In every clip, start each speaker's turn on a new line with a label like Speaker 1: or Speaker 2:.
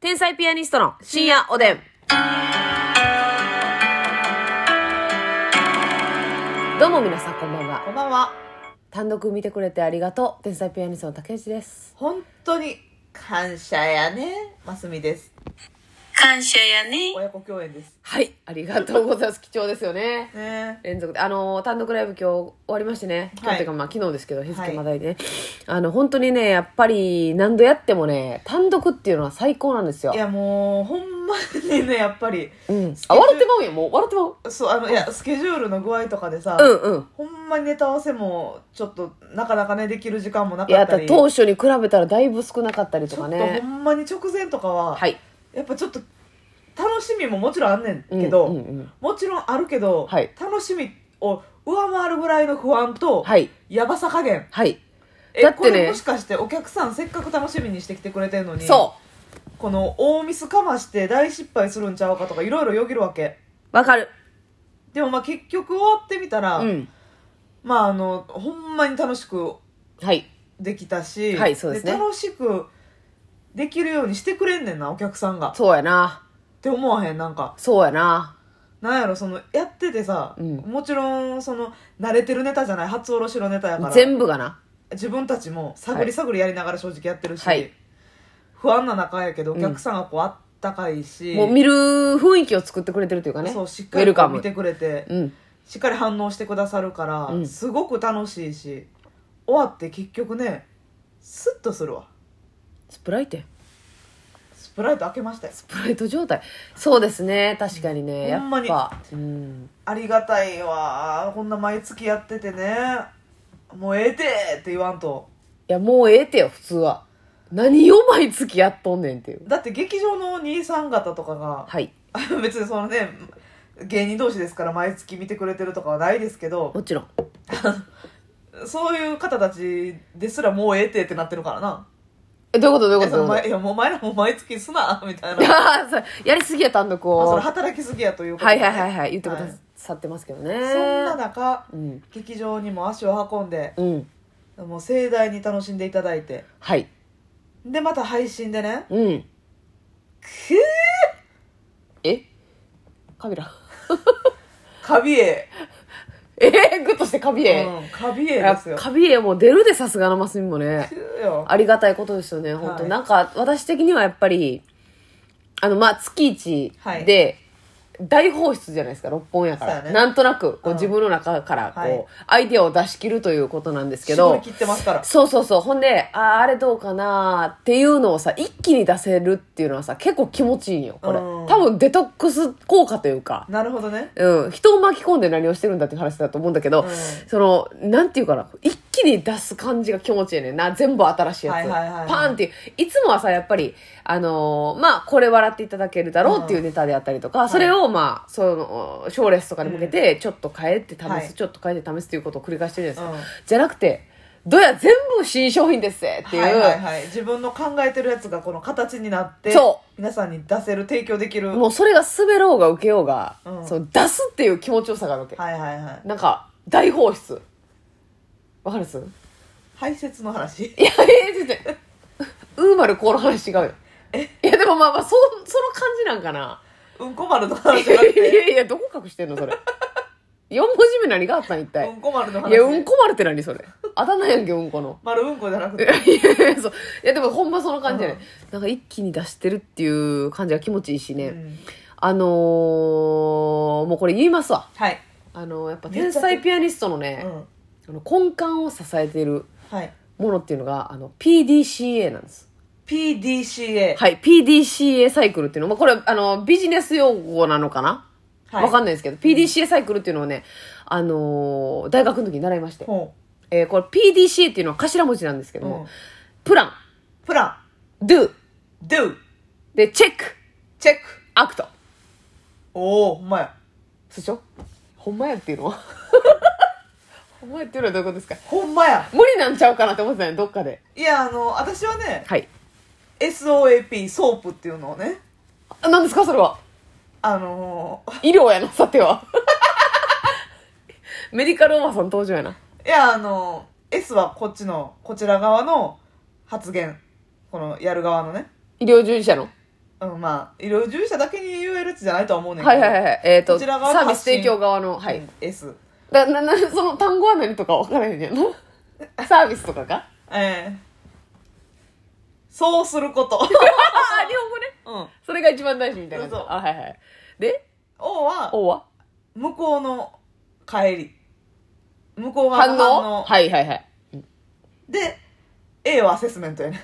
Speaker 1: 天才ピアニストの深夜おでん。どうも皆さんこんばんは。
Speaker 2: こんばんは。
Speaker 1: 単独見てくれてありがとう。天才ピアニストの竹内です。
Speaker 2: 本当に感謝やね。ますみです。
Speaker 3: 感謝やね。
Speaker 2: 親子共演です。
Speaker 1: はい、ありがとうございます。貴重ですよね。
Speaker 2: ね
Speaker 1: 連続で、あのー単独ライブ今日終わりましてね。今日
Speaker 2: はい
Speaker 1: っていうか、まあ昨日ですけど、日付またいでね。あの、本当にね、やっぱり何度やってもね、単独っていうのは最高なんですよ
Speaker 2: い。やもう、ほんまにね、やっぱり、
Speaker 1: うん。あ、笑ってまうよ、もう。笑ってまう。
Speaker 2: そう、あの、いや、スケジュールの具合とかでさ、
Speaker 1: うんうん。
Speaker 2: ほんまにネタ合わせも、ちょっと、なかなかね、できる時間もない
Speaker 1: や、だ
Speaker 2: かっ
Speaker 1: った
Speaker 2: た
Speaker 1: ら
Speaker 2: り。
Speaker 1: 当初に比べたらだいぶ少なかったりと
Speaker 2: ちょ
Speaker 1: か
Speaker 2: っとほ
Speaker 1: ね。
Speaker 2: んまに直前とかは、
Speaker 1: はい。
Speaker 2: やっぱちょっと、楽しみももちろんあんねんけど、
Speaker 1: うんうんうん
Speaker 2: もちろんあるけど、
Speaker 1: はい
Speaker 2: 楽しみを上回るぐらいの不安と、
Speaker 1: はい。
Speaker 2: やばさ加減。
Speaker 1: はい。
Speaker 2: え
Speaker 1: だってね
Speaker 2: これもしかしてお客さんせっかく楽しみにしてきてくれてるのに
Speaker 1: そ
Speaker 2: この大ミスかまして大失敗するんちゃうかとかいろいろよぎるわけ
Speaker 1: う。わかる。
Speaker 2: でもまあ結局終わってみたら、
Speaker 1: うん。
Speaker 2: まああのほんまに楽しく
Speaker 1: はい。
Speaker 2: できたし、
Speaker 1: はいそうですね
Speaker 2: 楽しくできるようにしてくれんねんなお客さんがっ
Speaker 1: そうやな。
Speaker 2: て思わへんなんか
Speaker 1: そうやな。
Speaker 2: なんやろそのやっててさ、
Speaker 1: うん
Speaker 2: もちろんその慣れてるネタじゃない初おろしのネタやから
Speaker 1: 全部がな。
Speaker 2: 自分たちも探り探りやりながら正直やってるし、
Speaker 1: はい
Speaker 2: 不安な中やけどお
Speaker 1: ん
Speaker 2: 客さんがこうあったかいし、
Speaker 1: もう見る雰囲気を作ってくれてるというかね。
Speaker 2: そうしっ
Speaker 1: ウ
Speaker 2: か
Speaker 1: ェ
Speaker 2: り
Speaker 1: ル
Speaker 2: こ
Speaker 1: カ
Speaker 2: う見
Speaker 1: ム
Speaker 2: て。くれて
Speaker 1: うん。
Speaker 2: しっかり反応してくださるから、
Speaker 1: うん
Speaker 2: すごく楽しいし終わって結局ねスッとするわ
Speaker 1: スプライト
Speaker 2: スプライト開けましたよ
Speaker 1: スプライト状態。そうですね。確かにね。や
Speaker 2: ほんま
Speaker 1: っ
Speaker 2: に
Speaker 1: ぱ。うん。
Speaker 2: ありがたいわこんな毎月やっててねもうええてって言わんと
Speaker 1: いや、もうええてよ、普通は。何を毎月やっとんねんっていう。
Speaker 2: だって劇場のお兄さん方とかが
Speaker 1: はい。
Speaker 2: 別にそのね芸人同士ですから毎月見てくれてるとかはないですけど
Speaker 1: もちろん。
Speaker 2: そういう方たちですらもうええてってなってるからな。
Speaker 1: え、どういうことどうい
Speaker 2: え
Speaker 1: うこ
Speaker 2: そ
Speaker 1: とどういう
Speaker 2: の前
Speaker 1: こ
Speaker 2: いや、もう前らもう毎月すな、 みた い
Speaker 1: とい
Speaker 2: な。
Speaker 1: やそうやりすぎや、単独
Speaker 2: まあそれ
Speaker 1: を。
Speaker 2: 働きすぎやということ
Speaker 1: は
Speaker 2: で
Speaker 1: い
Speaker 2: ね
Speaker 1: はいはいはい。言ってくだ
Speaker 2: はい
Speaker 1: さってますけどね。
Speaker 2: そんな中、
Speaker 1: うん。
Speaker 2: 劇場にも足を運んで、
Speaker 1: うん。
Speaker 2: もう盛大に楽しんでいただいて。
Speaker 1: はい。
Speaker 2: で、また配信でね、
Speaker 1: うん。
Speaker 2: くぅ
Speaker 1: えカビラ。
Speaker 2: カビエ。
Speaker 1: え ー、グッとしてカビエ。
Speaker 2: うん、カビエ
Speaker 1: いや
Speaker 2: ですよ。
Speaker 1: カビエも出るで、さすがのマスミもね
Speaker 2: く。ぅよ。
Speaker 1: ありがたいことですよね、本当、
Speaker 2: はい
Speaker 1: なんか、私的にはやっぱり、あの、まあ、月一
Speaker 2: はい
Speaker 1: で、大放出じゃないですか、六本やか
Speaker 2: そ
Speaker 1: ら。
Speaker 2: うやね
Speaker 1: なんとなく、こう、
Speaker 2: うん
Speaker 1: 自分の中から、こう、
Speaker 2: はい
Speaker 1: アイデアを出し切るということなんですけ
Speaker 2: 絞り
Speaker 1: ど
Speaker 2: 切、ってますから。
Speaker 1: そうそうそう。ほんで、あーあれどうかなーっていうのをさ、一気に出せるっていうのはさ、結構気持ちいいんよ、これ。
Speaker 2: うん
Speaker 1: 多分、デトックス効果というか。
Speaker 2: なるほどね。
Speaker 1: うん、人を巻き込んで何をしてるんだっていう話だと思うんだけど、
Speaker 2: うん
Speaker 1: そのなんていうかな一気に出す感じが気持ちいいねんな全部新しいやつ、
Speaker 2: はいはいはいはい
Speaker 1: パーンっていういつもはさやっぱりあのーまあこれ笑っていただけるだろうっていうネタであったりとか、それをまあその賞レースとかに向けてちょっと変えて試す、
Speaker 2: はい
Speaker 1: ちょっと変えて試すということを繰り返してるじゃないですか、
Speaker 2: う
Speaker 1: じゃなくてどうや全部新商品ですぜっていう、
Speaker 2: はいはいはい。自分の考えてるやつがこの形になって、
Speaker 1: そ
Speaker 2: 皆さんに出せる、提供できる。
Speaker 1: もうそれが滑ろうが受けようが、
Speaker 2: うん
Speaker 1: その出すっていう気持ちよさがあるわけ、
Speaker 2: はいはいはい。
Speaker 1: なんか大放出わかるっす
Speaker 2: 排泄の話。
Speaker 1: いや、えー、ちょっと、ウーマルコーの話違うよ。いや、でもまあまあ、そ、その感じなんかな。
Speaker 2: うんこ丸の話
Speaker 1: い
Speaker 2: じゃな
Speaker 1: や
Speaker 2: く
Speaker 1: い
Speaker 2: て、
Speaker 1: やいや、どこ隠してんのそれ。4文字目何があったん一体
Speaker 2: う。んこ丸の話、
Speaker 1: いや、うんこ丸って何それ。あだ名やんけ、うんこ の。
Speaker 2: 丸うんこじゃなく
Speaker 1: い
Speaker 2: て。
Speaker 1: やいやいや、そう。いや、でもほんまその感じじゃない。
Speaker 2: うん
Speaker 1: なんか一気に出してるっていう感じが気持ちいいしね。
Speaker 2: うん
Speaker 1: あのー、もうこれ言いますわ。
Speaker 2: はい。
Speaker 1: あのーやっぱ
Speaker 2: めっちゃ
Speaker 1: 天才ピアニストのね
Speaker 2: う、ん。
Speaker 1: あの根幹を支えている
Speaker 2: はい。
Speaker 1: ものっていうのが、あの、PDCA なんです。
Speaker 2: PDCA。
Speaker 1: はい、PDCA サイクルっていうの、まあ、これ、あの、ビジネス用語なのかなわ、
Speaker 2: はい
Speaker 1: かんないですけど、PDCA サイクルっていうのをね、あのー大学の時に習いまして、
Speaker 2: ほ
Speaker 1: えーこれ PDCA っていうのは頭文字なんですけ
Speaker 2: う。
Speaker 1: ど
Speaker 2: う
Speaker 1: も
Speaker 2: ん、。
Speaker 1: プラ
Speaker 2: プラ
Speaker 1: ン、do、
Speaker 2: ン、do、
Speaker 1: で、チェック、
Speaker 2: チェック。
Speaker 1: アクト。
Speaker 2: おお、ほんまや。
Speaker 1: そうでしょほんまやっていうのは ほんまやっていうのはどういうことですか
Speaker 2: ほんまや。
Speaker 1: 無理なんちゃうかなって思ってたね、どっかで。
Speaker 2: いや、あの、私はね、
Speaker 1: はい。
Speaker 2: SOAP、ソープっていうのをね、
Speaker 1: あ何ですかそれは。
Speaker 2: あの
Speaker 1: 医療やな、さて は。メディカルおばさん登場やな。
Speaker 2: ー、いや、あのー、S はこっちの、こちら側の発言。この、やる側のね。
Speaker 1: 医療従事者の。
Speaker 2: うん、まあ医療従事者だけに言えるやつじゃないとは思うねん
Speaker 1: はいはいはいはい。えっ、と、
Speaker 2: こちら側の
Speaker 1: サービス
Speaker 2: 発信
Speaker 1: 提供側の、はい。
Speaker 2: うん S
Speaker 1: だななその単語は何とか分からへんねんのサービスとかか
Speaker 2: ええそうする こと、
Speaker 1: ああ、日本語ね。
Speaker 2: うん、
Speaker 1: それが一番大事みたいなやつ。
Speaker 2: そうそう
Speaker 1: あ、はいはい。で、
Speaker 2: O は
Speaker 1: おは
Speaker 2: 向こうの帰り向こう側
Speaker 1: 反応
Speaker 2: の反応
Speaker 1: はいはいはい。
Speaker 2: で A はアセスメントやね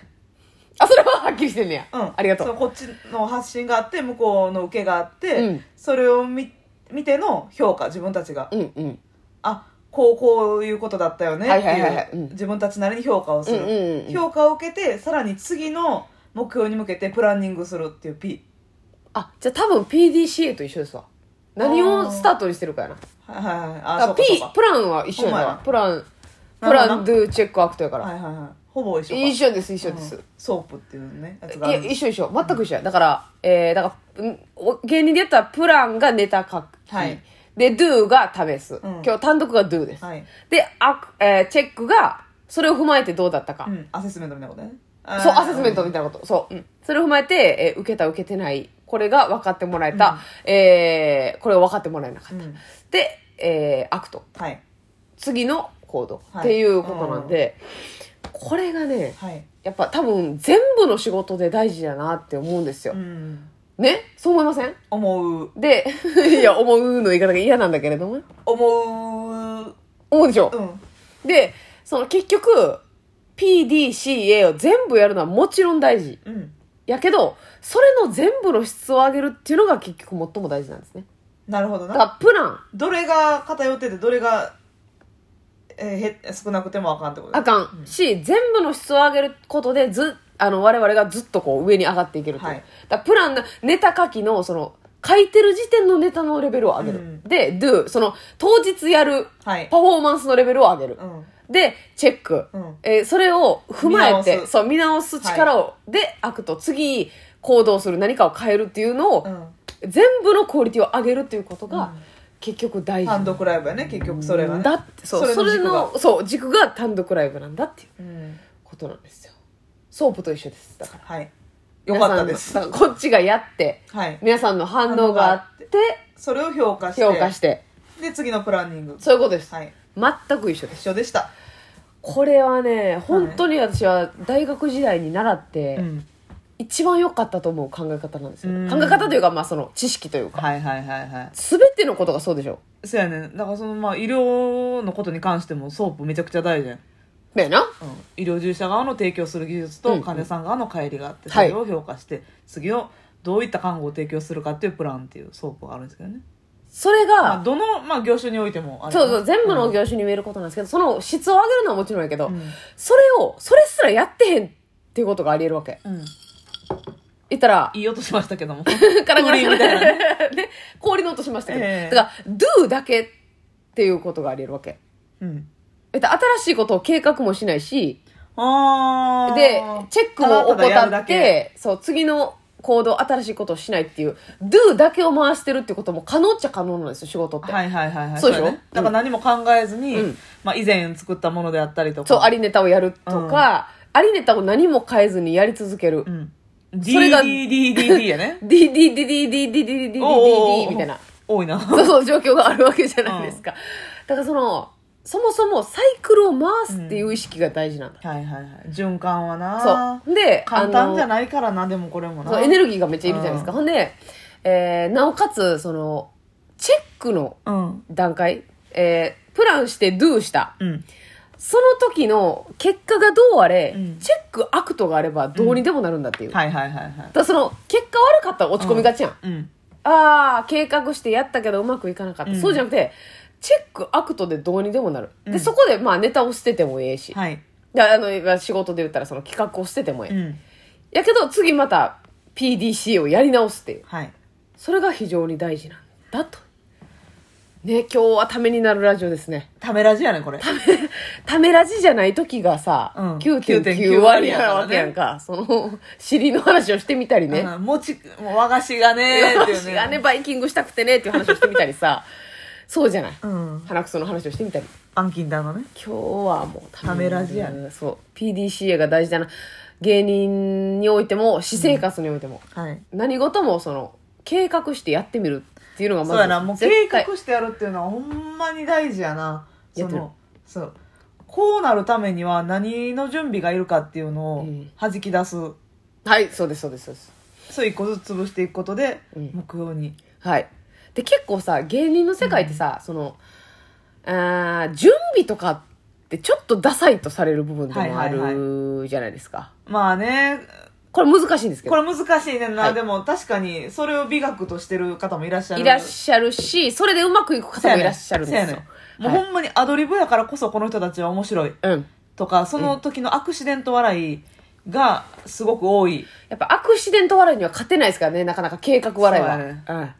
Speaker 1: あ、それははっきりしてんねや。
Speaker 2: うん
Speaker 1: ありがと。
Speaker 2: そうこっちの発信があって向こうの受けがあって、
Speaker 1: うん
Speaker 2: それを見見ての評価自分たちが、
Speaker 1: うんうん。
Speaker 2: あこうこういうことだったよねっていう、
Speaker 1: はいはいはいはいうん
Speaker 2: 自分たちなりに評価をする、
Speaker 1: うんうんうん
Speaker 2: 評価を受けてさらに次の目標に向けてプランニングするっていう P
Speaker 1: あ、じゃあ多分 PDCA と一緒ですわ。何をスタートにしてるかやな。
Speaker 2: はいはいはい
Speaker 1: あ
Speaker 2: あそうか
Speaker 1: P
Speaker 2: そうか、
Speaker 1: プランは一緒や
Speaker 2: ほんま
Speaker 1: な
Speaker 2: や。
Speaker 1: プラン、プ
Speaker 2: なるほどな
Speaker 1: ラン、ドゥ、チェック、アクトやから。
Speaker 2: はいはいはいほぼ一緒か
Speaker 1: 一緒です、一緒です。
Speaker 2: うんソープっていうねやつがあ
Speaker 1: いや
Speaker 2: る
Speaker 1: 一緒一緒全く一緒や、だからえー、だからうんお芸人でやったらプランがネタ書き、
Speaker 2: はい
Speaker 1: で do が試す、
Speaker 2: ん
Speaker 1: 今日単独が do です、
Speaker 2: はい、
Speaker 1: であく、えーチェックがそれを踏まえてどうだったか
Speaker 2: う、ん、アセスメントみたいなことね
Speaker 1: そうアセスメント
Speaker 2: み
Speaker 1: みたいなこと、そう、うんそれを踏まえて、えー受けた受けてないこれが分かってもらえた、えーこれを分かってもらえなかった、
Speaker 2: うん
Speaker 1: で、えー、アクト
Speaker 2: たいなはい
Speaker 1: 次の行動、
Speaker 2: はい
Speaker 1: っていうことなんで、これがね
Speaker 2: はい
Speaker 1: やっぱ多分全部の仕事で大事だなって思うんですよ、
Speaker 2: うん
Speaker 1: ねそう思いません
Speaker 2: 思う
Speaker 1: で、 いや、思うの言い方が嫌なんだけれどもね、
Speaker 2: 思う
Speaker 1: 思うでしょ
Speaker 2: う、ん
Speaker 1: で、その結局、PDCA を全部やるのはもちろん大事。
Speaker 2: うん
Speaker 1: やけど、それの全部の質を上げるっていうのが結局最も大事なんですね。
Speaker 2: なるほど
Speaker 1: だ
Speaker 2: な
Speaker 1: から、プラン、
Speaker 2: どれが偏っててどれが、えーへ少なくてもあかんってこと
Speaker 1: あかんし、全部の質を上げることで、ず、あの、我々がずっとこう上に上がっていけるという。
Speaker 2: はい
Speaker 1: だから、プランの、ネタ書きの、その、書いてる時点のネタのレベルを上げる。
Speaker 2: うん
Speaker 1: で、do、その、当日やる、
Speaker 2: はい
Speaker 1: パフォーマンスのレベルを上げる。
Speaker 2: うん
Speaker 1: で、チェック。
Speaker 2: うん
Speaker 1: えーそれを踏まえ
Speaker 2: 見
Speaker 1: て、
Speaker 2: 直す
Speaker 1: そう、見直す力を、で、アクト、次、行動する、何かを変えるっていうのを、
Speaker 2: うん
Speaker 1: 全部のクオリティを上げるっていうことが、
Speaker 2: うん
Speaker 1: 結局大事。
Speaker 2: 単独ライブやね結局それはね
Speaker 1: だって、そう、そ
Speaker 2: そ
Speaker 1: れ
Speaker 2: れの軸が
Speaker 1: の、そう、軸が単独ライブなんだっていう
Speaker 2: うん
Speaker 1: ことなんですよ。ソープと一緒です。だから。
Speaker 2: はいよかったで
Speaker 1: 皆
Speaker 2: す
Speaker 1: さんのだからこっちがやって、
Speaker 2: はい
Speaker 1: 皆さんの反応があって、
Speaker 2: それを評価して
Speaker 1: 評価して、
Speaker 2: で次のプランニング
Speaker 1: そういうことです。
Speaker 2: はい
Speaker 1: 全く一緒です。
Speaker 2: 一緒でした
Speaker 1: これはね、本当に私は大学時代に習って、
Speaker 2: ん
Speaker 1: 一番良かったと思う考え方なんですよ、
Speaker 2: うん
Speaker 1: 考え方というかまあその知識というか
Speaker 2: はいはいはいは
Speaker 1: 全てのことがそうでしょ
Speaker 2: いそうやねだからそのまあ医療のことに関してもソープめちゃくちゃ大事やん
Speaker 1: だよな
Speaker 2: うん医療従事者側の提供する技術
Speaker 1: うんう
Speaker 2: と
Speaker 1: ん
Speaker 2: 患者さん側の帰りがあって、
Speaker 1: はい
Speaker 2: それを評価して、次をどういった看護を提供するかっていうプランっていうソープがあるんですけどね、
Speaker 1: それ
Speaker 2: まあ、
Speaker 1: が
Speaker 2: どの、まあ、業種においてもある
Speaker 1: そうそう全部の業種に見えることなんですけど、その質を上げるのはもちろんやけど、それをそれすらやってへんっていうことがありえるわけ
Speaker 2: うん、
Speaker 1: 言ったら
Speaker 2: 言い落としました けども
Speaker 1: カラカラ
Speaker 2: 氷みたいな
Speaker 1: ね氷の音しましたけど、
Speaker 2: ええ
Speaker 1: だから do だけっていうことがありえるわけ
Speaker 2: うん
Speaker 1: えっと新しいことを計画もしないし
Speaker 2: あー
Speaker 1: でチェックを
Speaker 2: ただただやる
Speaker 1: 怠
Speaker 2: だ
Speaker 1: っ
Speaker 2: け
Speaker 1: てそう次の行動新しいことをしないっていう do だけを回してるってことも可能っちゃ可能なんですよ仕事って、
Speaker 2: はいはいはいはい
Speaker 1: そうでしょ
Speaker 2: やねだから何も考えずに、
Speaker 1: うん
Speaker 2: まあ、以前作ったものであったりとか
Speaker 1: そうありネタをやるとか、ありネタを何も変えずにやり続ける、
Speaker 2: うん、
Speaker 1: それが
Speaker 2: DDDD やね
Speaker 1: DDDDDDDDDD みたいな
Speaker 2: 多いな
Speaker 1: そうそう状況があるわけじゃないですか、だからそのそもそもサイクルを回すっていう意識が大事なんだ、
Speaker 2: はいはいはい循環はな
Speaker 1: そうで
Speaker 2: 簡単じゃ
Speaker 1: い
Speaker 2: ないからなでもこれもな
Speaker 1: そうエネルギーがめっちゃいるじゃないですか、
Speaker 2: う
Speaker 1: ほんで、えーなおかつそのチェックの
Speaker 2: うん
Speaker 1: 段階、えープランして do した。
Speaker 2: うん
Speaker 1: その時の結果がどうあれ、
Speaker 2: うん
Speaker 1: チェックアクトがあればどうにでもなるんだっていう。だか
Speaker 2: はいはいはいはい
Speaker 1: らその、結果悪かったら落ち込みがちやん。
Speaker 2: うん
Speaker 1: ああ、計画してやったけどうまくいかなかった。
Speaker 2: うん
Speaker 1: そうじゃなくて、チェックアクトでどうにでもなる。
Speaker 2: う
Speaker 1: で、
Speaker 2: ん
Speaker 1: そこでまあネタを捨ててもええし。
Speaker 2: はい
Speaker 1: であの、仕事で言ったらその企画を捨ててもええ。
Speaker 2: うん
Speaker 1: やけど次また PDC をやり直すっていう。
Speaker 2: はい
Speaker 1: それが非常に大事なんだと。ね、今日はためになるラジオですね。
Speaker 2: ためラジやねこれ
Speaker 1: ためらじじゃない時がさ、
Speaker 2: うん
Speaker 1: 9.9
Speaker 2: 9.9
Speaker 1: 割
Speaker 2: 割
Speaker 1: なわけやんか。その、尻の話をしてみたりね。
Speaker 2: うんもちもう和菓子 がねーっていう
Speaker 1: 私
Speaker 2: ね
Speaker 1: がね、バイキングしたくてねっていう話をしてみたりさ、そうじゃない。
Speaker 2: うん
Speaker 1: 鼻くその話をしてみたり。
Speaker 2: パンキンだのね
Speaker 1: 今日はもうた
Speaker 2: ためらじや
Speaker 1: ね。そう。PDCA が大事だな。芸人においても私生活においても、
Speaker 4: はい。
Speaker 1: 何事もその計画してやってみるっていうのがまず
Speaker 4: そうやなもう
Speaker 2: 計
Speaker 1: 絶対
Speaker 2: 画してやるっていうのはほんまに大事やな
Speaker 1: や
Speaker 2: そ
Speaker 1: ってる
Speaker 2: のそうこうなるためには何の準備がいるかっていうの
Speaker 1: う
Speaker 2: を
Speaker 1: ん
Speaker 2: 弾き出す、
Speaker 1: はいそうですそうですそうです
Speaker 2: そう一個ずつ潰していくことで
Speaker 1: うん
Speaker 2: 目標に、
Speaker 1: はいで結構さ芸人の世界ってさ、そのあー準備とかってちょっとダサいとされる部分でもあ
Speaker 2: はいはい
Speaker 1: るじゃないですか、
Speaker 2: まあね
Speaker 1: これ難しいんですけ
Speaker 2: こ
Speaker 1: ど
Speaker 2: れ難しいねんな、
Speaker 1: はい
Speaker 2: でも確かにそれを美学としてる方もいらっしゃる
Speaker 1: いらっしゃるしそれでうまくいく方
Speaker 2: そうや
Speaker 1: も
Speaker 2: ね
Speaker 1: いらっしゃるんですよ、
Speaker 2: そうやねもうほんまにアドリブやからこそこの人たちは面白い
Speaker 1: うん
Speaker 2: とかその時のアクシデント笑いがすごく多い、
Speaker 1: やっぱアクシデント笑いには勝てないですからねなかなか計画笑いは
Speaker 2: そうやね
Speaker 1: うん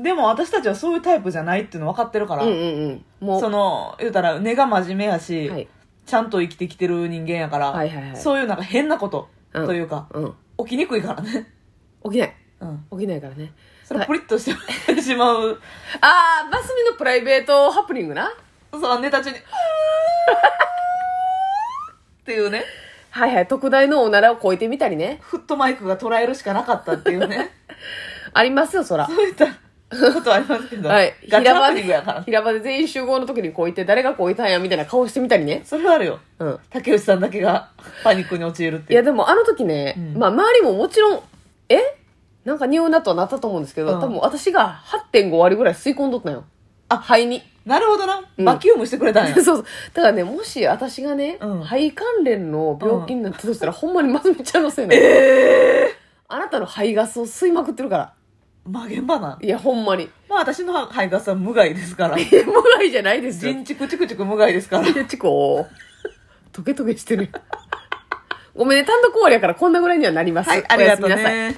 Speaker 2: でも私たちはそういうタイプじゃないっていうの分かってるから、
Speaker 1: うんうんうんもう
Speaker 2: その言うたら根が真面目やし、
Speaker 1: はい
Speaker 2: ちゃんと生きてきてる人間やから、
Speaker 1: はいはいはい
Speaker 2: そういうなんか変なこと
Speaker 1: うん
Speaker 2: というか、
Speaker 1: うん
Speaker 2: 起きにくいからね、
Speaker 1: 起きない
Speaker 2: うん、
Speaker 1: 起きないからね
Speaker 2: それプリッとしてしまう
Speaker 1: ああマスミのプライベートハプニングな
Speaker 2: そうネタ中に「うーんっていうね
Speaker 1: はいはい特大のおならを超えてみたりね
Speaker 2: フットマイクが捉えるしかなかったってい うね
Speaker 1: ありますよそら
Speaker 2: そういったことありますけど、
Speaker 1: はい
Speaker 2: ガチ
Speaker 1: 平
Speaker 2: ハ
Speaker 1: 場
Speaker 2: プニングやから
Speaker 1: で平場で 全員集合の時にこう言って誰がこう言ったんやみたいな顔してみたりね
Speaker 2: それはあるよ
Speaker 1: うん
Speaker 2: 竹内さんだけがパニックに陥るっ
Speaker 1: い
Speaker 2: てい
Speaker 1: や
Speaker 2: う
Speaker 1: でもあの時ね、
Speaker 2: うん
Speaker 1: まあ周りももちろんえなんか匂うなとはなったと思うんですけど、
Speaker 2: うん
Speaker 1: 多分私が8.5割ぐらい吸い込んどったんよあ肺に
Speaker 2: なるほどな、
Speaker 1: うん
Speaker 2: バキュームしてくれたんや
Speaker 1: そうそう。だからね、もし私がね、
Speaker 2: うん
Speaker 1: 肺関連の病気になったとした ら、ほんまにまずみちゃんのせいなの。あなたの肺ガスを吸いまくってるから。
Speaker 2: まあ現場ない
Speaker 1: や、ほんまに。
Speaker 2: まあ私の肺ガスは無害ですから
Speaker 1: いやもらいじゃないですよ。
Speaker 2: 人畜チクチク無害ですから
Speaker 1: いや、チコ。トゲトゲしてる。ごめんね、単独終わりやからこんなぐらいにはなります。
Speaker 2: はいありがとう
Speaker 1: おやすみなさい
Speaker 2: ね